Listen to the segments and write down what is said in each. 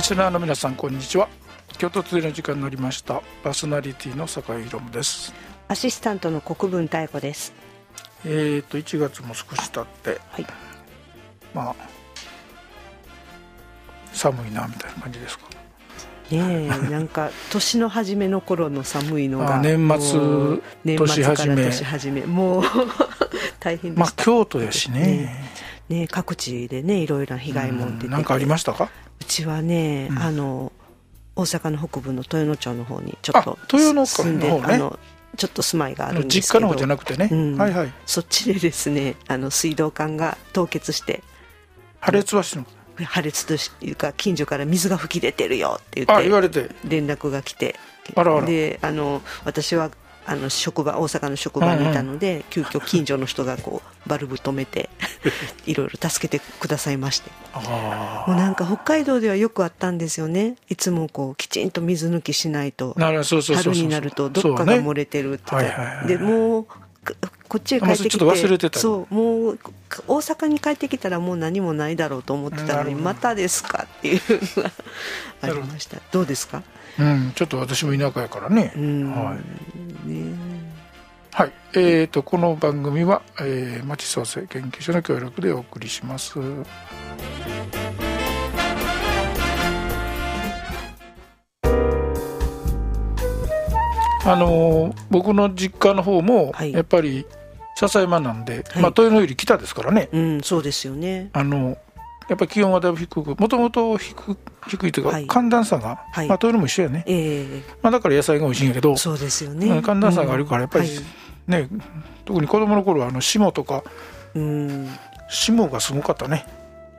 スナーの皆さんこんにちは京都通の時間になりましたパーソナリティの坂井宏ですアシスタントの国分太子です。えーと1月も少し経ってはい。まあ寒いなみたいな感じですか ねえ、なんか年の初めの頃の寒いのあが年も末う年末から年始め年始めもう 大変でまあした。京都やしねねねえ各地でねいろいろな被害も出てて、うんなんかありましたかうちはね、うんあの大阪の北部の豊野町の方にちょっとあ豊野区住んでの方ねあのちょっと住まいがあるんですけ実家どの方じゃなくてね、うんはいはいそっちでですねあの水道管が凍結して破裂はしてる破裂というか近所から水が噴き出てるよって言ってあ言われて連絡が来てあらあらであの私はあの職場大阪の職場にいたので、急遽近所の人がこうバルブ止めて いろいろ助けてくださいましてあもうなんか北海道ではよくあったんですよねいつもこうきちんと水抜きしないとあなるほどそうそうそうそう春になるとどっかがそうね漏れてるって、はいはいはいでもうくこっちへ帰ってきてあもうちょっと忘れてたそうもうか大阪に帰ってきたらもう何もないだろうと思ってたのなるにほどまたですかっていうのがありましたどうですか、うん、ちょっと私も田舎やからね、うんはいねはい、えー、とこの番組は、えー、町創生研究所の協力でお送りします。あのー僕の実家の方も、はいやっぱり笹山なんで、はいまあ豊野より北ですからね。うん、そうですよねあのやっぱり気温はだいぶ低くもともと低低いというか、はい寒暖差が、はいまあ、豊野も一緒やね、ええまあ、だから野菜が美味しいんやけどそうですようねん寒暖差があるからやっぱり、うんはいね特に子供の頃はあの霜とかうん霜がすごかったね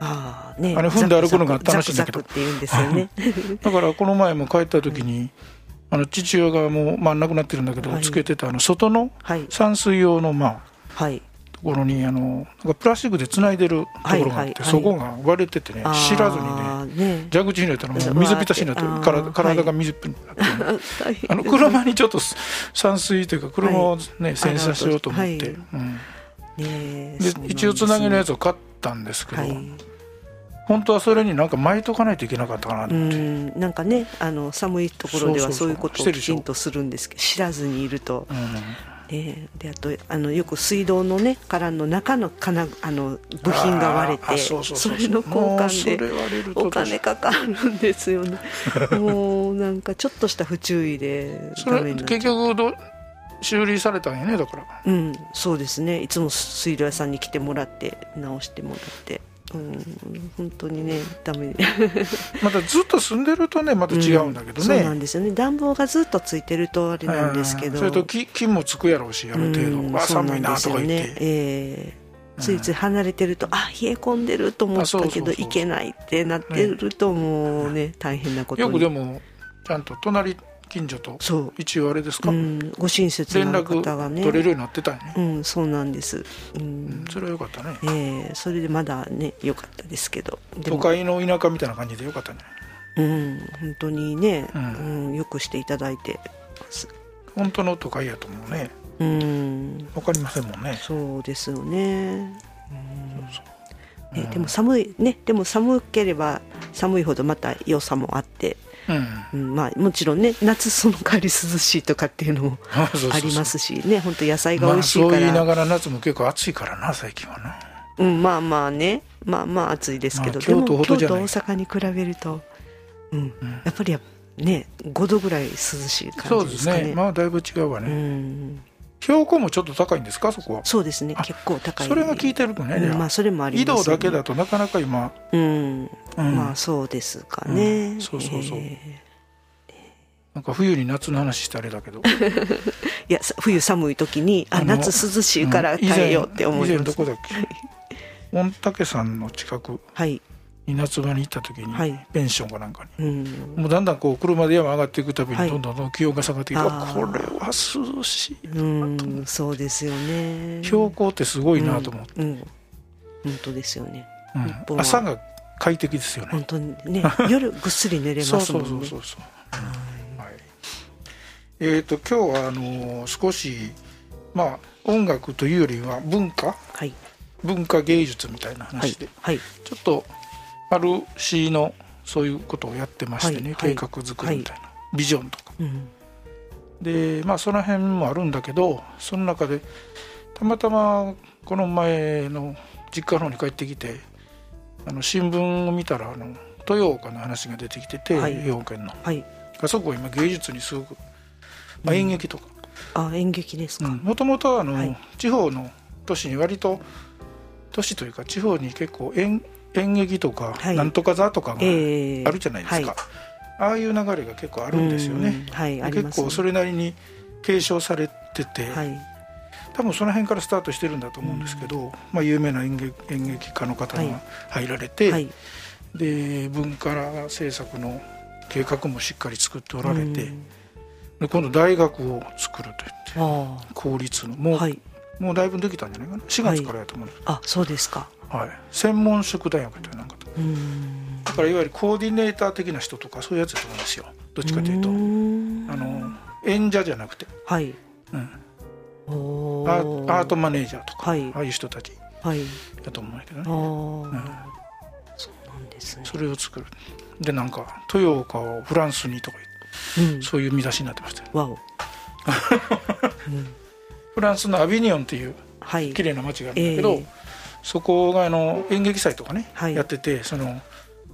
ああねあれ踏んで歩くのが楽しいんだけどザクザクザク って言うんですよねだからこの前も帰った時に、あの父親がもう、まあ、亡くなってるんだけど、はいつけてたあの外のはい散水用のまあはいところにあのなんかプラスチックでつないでるところがあって、はいはいはいそこが割れててね知らずにねあーね蛇口に入れたらもう水浸しになってうるわーってからあー体が水っぽになってる、大変あの車にちょっと散水というか車をね洗車しようと思って、はいうんねえでそうなん一応つなぎのやつつを買ったんですけど、はい、本当はそれになんか巻いとかないといけなかったかなって、うんなんかねあの寒いところそうそうでそはうそういうことしをてきるでしょちんとするんですけど知らずにいると、うんねえ、であとあのよく水道のねからの中のかなあの部品が割れあーあてそうそうそうれの交もうそ換れで割れるとお金かかるんですよねもうなんかちょっとした不注意でそダメれになっちゃう結局どう修理されたんやねだからうん、そうですねいつも水道屋さんに来てもらって直してもらって、うん、本当にねダメまたずっと住んでるとねまた違うんだけどそうね、なんですよね暖房がずっとついてるとあれなんですけど、うんそれとき菌もつくやろうしある程度、うんあそうな寒いんなですとよか言っねて、ええついつい離れてるとあ冷え込んでると思っあそうたそけうそうどいけないってなってるともうね大変なことよにくでもちゃんと隣近所とそ一応あれですう、か、うん、ご親切連な絡方がね取れるようになってたんやね、うん、そうなんです、うんそれはよかったねええそれでまだね良かったですけどで都も会の田舎みたいな感じでよかったねうん、本当にね、ううんんよくしていただいてます本当の都会やと思うねうんわかりませんもんねそうですよね,、うんそうねでも寒いねでも寒ければ寒いほどまた良さもあって、うんうん、まあもちろんね夏その代わり涼しいとかっていうのもあそうそうそうありますしね本当野菜がま美あ味しいそうか言いら、ながら夏も結構暑いからな最近はなうん、まあまあねまあまあ暑いですけど、まあ京都ほどじゃでないも京都大阪に比べると、うんやっぱりやね5度ぐらい涼しいそ感うじでですすかねねまあだいぶ違うわうね、ん標高もちょっと高いんですかそこはそうですねあ結構高いそれが効いてるのね、うんじゃあまあそれもあり移ますよね動だけだとなかなか今、うん、うんまあそうですかね、うんそうそうそうえなんか冬に夏の話してあれだけどーいやさ冬寒い時にああの夏涼しいから以前帰ようって思い以ま前どす、こだっけ御嶽山の近くはいに夏場に行った時に、はいペンションかなんかにうんもうだんだんこう車で山上がっていくたびはにいどんどんどんどん気温が下がっていく、ああーこれは涼しいうんそうですよね標高ってすごいなと思って、うん、うん本当ですよねうん日本は朝が快適ですよね、本当にね 夜ぐっすり寝れそまうすそもんうねそうそうそう、はい、えっ、と今日はあのー少しまあ音楽というよりは文化はい文化芸術みたいなはい話で、はいちょっとある詩のそういうことをやってましてね、はいはい計画作りみたいな、ビジョンとかうんでまあその辺もあるんだけどその中でたまたまこの前の実家の方に帰ってきてあの新聞を見たらあの豊岡の話が出てきてて、はい兵庫県のはいあそこは今芸術にすごく、まあ、演劇とかあ演劇ですか、もともとあの、はい地方の都市に割と都市というか地方に結構演演劇とか、はいなんとか座とかがあるええじゃないですか、はああいう流れが結構ああるんですよね、はいあります結構それれなりに継承されてて、はい多分その辺からスタートしてるんだと思うんですけど、まあ、有名な演劇演劇家の方はいが入られて、はいで文化政策の計画もしっかり作っておられて、うんで今度大学を作ると言ってあ公立のあもうはいもうだいぶできたんじゃないかな4月からやと思うんです、あそうですかはい専門職大学というなんかとうんだからいわゆるコーディネーター的な人とかそういうやつだと思うんですよどっちかというとんあの演者じゃなくて、はいうん、おアーアートマネージャーとか、はいああいう人たちはいだと思うんだけどあねあ、そうなんですねそれを作るでなんか豊岡をフランスにとか言ってうんそういう見出しになってましたよわお、うん、フランスのアビニオンっていう はい綺麗な街があるんだけど、ええそこがあの演劇祭とかね、はいやっててその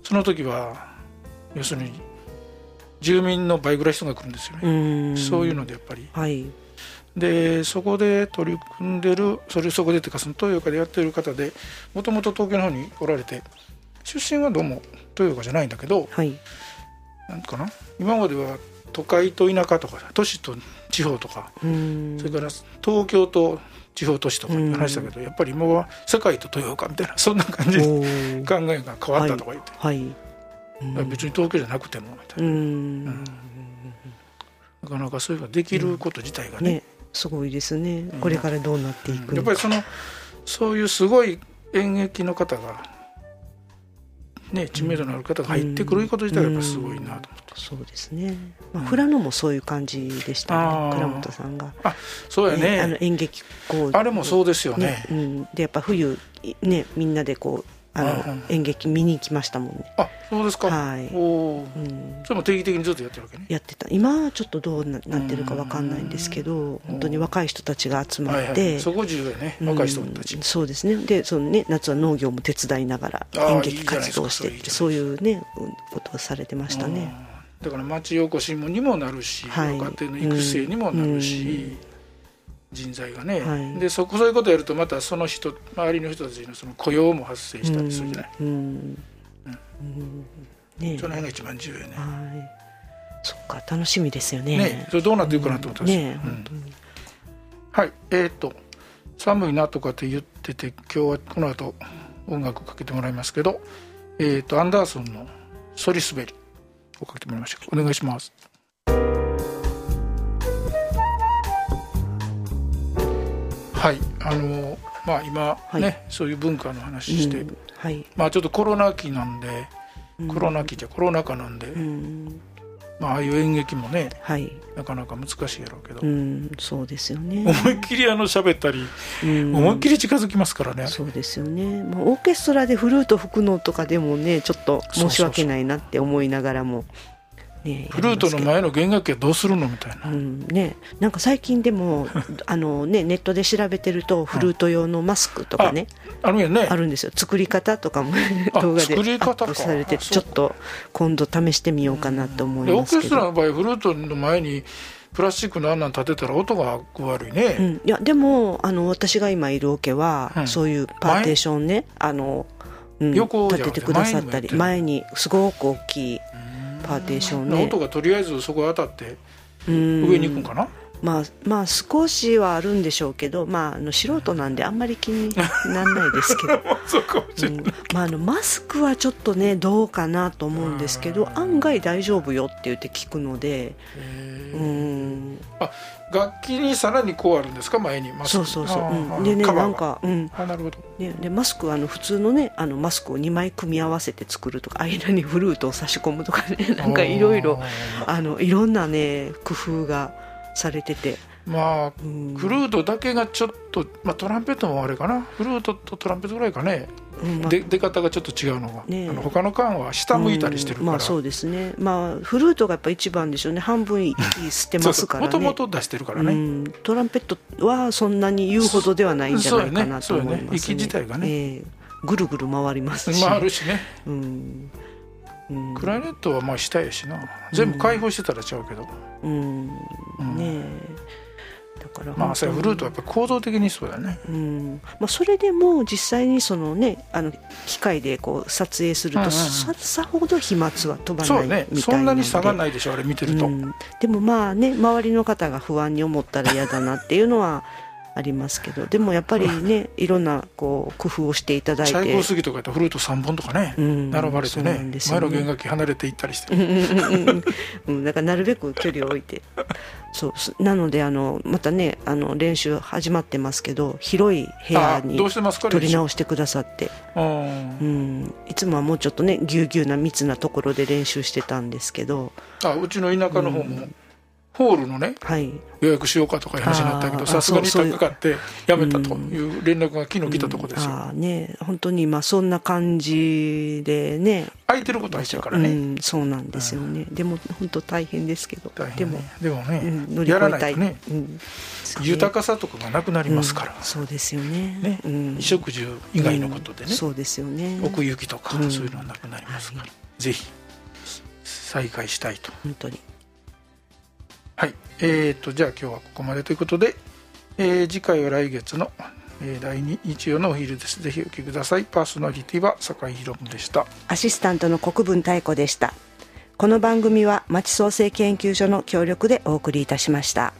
その時は要するに住民の倍ぐらい人が来るんですよね、うんそういうのでやっぱりはいでそこで取り組んでるそれそこでっていうかその豊岡でやってる方でもともと東京の方におられて出身はどうも豊岡じゃないんだけどはいなんかな今までは都会と田舎とか都市と地方とかうんそれから東京と地方都市とかいう話だけど、やっぱり今は世界と豊岡みたいなそんな感じでおー考えが変わったとか言って、はい、うん別に東京じゃなくてもみたいうな、んなかなかそういうのができること自体がね,、ねすごいですねこれからどうなっていくやのっぱかりそのそういうすごい演劇の方が、ね、知名度のある方が入ってくること自体がやっぱりすごいなと思って、そうですね、まあ、うんフラノもそういう感じでしたあーね倉本さんが、あそうやえあのね演劇こうあれもそうですよねうん、でやっぱ冬いねみんなでこうあのうんうん演劇見に行きましたもんね、あそうですか、はいおーうん、それも定期的にずっとやってるわけねやってた今はちょっとどうななってるかわかんないんですけど本当に若い人たちが集まはいっはて、い、そこ重要やね若い人たち、うんそうですねでそのね夏は農業も手伝いながらあー演劇活動をしてっいいじゃないですてかそういうねうんことをされてましたねうんだから町おこしもにもなるし、はい若手の育成にもなるし、う人材がね、はいでそこそういうことやるとまたその人周りの人たちのその雇用も発生したりするじゃない、うんうんうんねその辺が一番重要やねねはいそっか楽しみですよねそれどうなっていくかなと思ったんですよ、ねうん本当にはいえっ、と寒いなとかって言ってて今日はこの後音楽かけてもらいますけどえっ、とアンダーソンの「ソリ滑り」をかけてもらいましたお願いしますはいあのまあ今ね、はいそういう文化の話して、うんはいまあちょっとコロナ期なんでコロナ期じゃコロナ禍なんで、うんまあああいう演劇もねはいなかなか難しいやろうけど、うんそうですよね思いっきりあの喋ったり、うん思いっきり近づきますからね、そうですよね、まあ、オーケストラでフルート吹くのとかでもねちょっと申し訳ないなって思いながらも、ね、フルートのやります前の弦楽器はどうするのみたいけな、どうんね、なんか最近でも あの、ね、ネットで調べてるとフルート用のマスクとかね、あるよねあるんですよ作り方とかもあ 動画でア作り方かップされてあてそうちょっと今度試してみようかなと思でいオまーケすけストラど、の場合フルートの前にプラスチックのあんなん立てたら音が悪いね、うん、いやでもあの私が今いるオケは、うんそういうパーテーションねあの、うん、横じゃ立なくてててくださったり前前にすごく大きいパーテーションね音がとりあえずそこ当たって上上に行くんかな、まあまあ少しはあるんでしょうけど、まあ、あの素人なんであんまり気にならないですけ ど、そうかもしうんまあ、あのマスクはちょっとねどうかなと思うんですけど案外大丈夫よって言って聞くのでへうーん楽器にさらにこうあるんですか前にマスそクうそうそう、あーうんでねカバーなんがか、うんあなるほどね、でマスクはあの普通のねあのマスクを2枚組み合わせて作るとか間にフルートを差し込むとか ねなんかいろいろああのいろんなね工夫がされてて。ーまあうんフルートだけがちょっと、まあ、トランペットもあれかなフルートとトランペットぐらいかねうんまあで出方がちょっと違うのが、ねえあの他の缶は下向いたりしてるうんかまら、あそうですねまあフルートがやっぱ一番でしょうね半分息吸ってますからねもともと出してるからね、うん、トランペットはそんなに言うほどではないんじゃないかなとそう思いそうまやす、ね息ね自体がねええぐるぐる回りますし、まああるしねうんうんクライネットはまあ下やしな全部開放してたらちゃうけど、うんねうんえだからまあそれフルートはやっぱ構造的にそうだねうんまあ、それでも実際にそのねあの機械でこう撮影すると、うんうんうんささほど飛沫は飛ばそなういねみそたいんななのでに下がないでしょあれ見てると、うん、でもまあね周りの方が不安に思ったら嫌だなっていうのはありますけどでもやっぱ りねいろんなこう工夫をしていただいチてャイコフスキーとかやったらフルート3本とかね、うん並ばれてそうなんねですよ前ねの弦楽器離れていったりして、うんうんうんうんだからなるべく距離を置いてそうすなのであのまたねあの練習始まってますけど広い部あ屋どうにしてますか取り練習直してくださって、うんうん、いつもはもうちょっとねぎゅうぎゅうな密なところで練習してたんですけどあうちの田舎の方も、ホールのねはい予約しようかとかいう話になったけあどーさすがにあそうそういう高かってやめたという連絡が昨日来たとこですよ、ああね本当に今そんな感じでね空いてることは空いてるからね、うん、そうなんですよね、でも本当大変ですけど大変でもね、でもね、うん、乗りや越らえなたいい、とねうん、豊かさとかがなくなりますから、うんそうですよねねうん、衣食住以外のことでねうん、そうですよね奥行きとか、うんそういうのはなくなりますから、はいぜひ再開したいと本当にはいえー、とじゃあ今日はここまでということで、えー次回は来月の、えー第2日曜のお昼ですぜひお聞きくださいパーソナリティは酒井宏文でしたアシスタントの国分太子でしたこの番組は町創生研究所の協力でお送りいたしました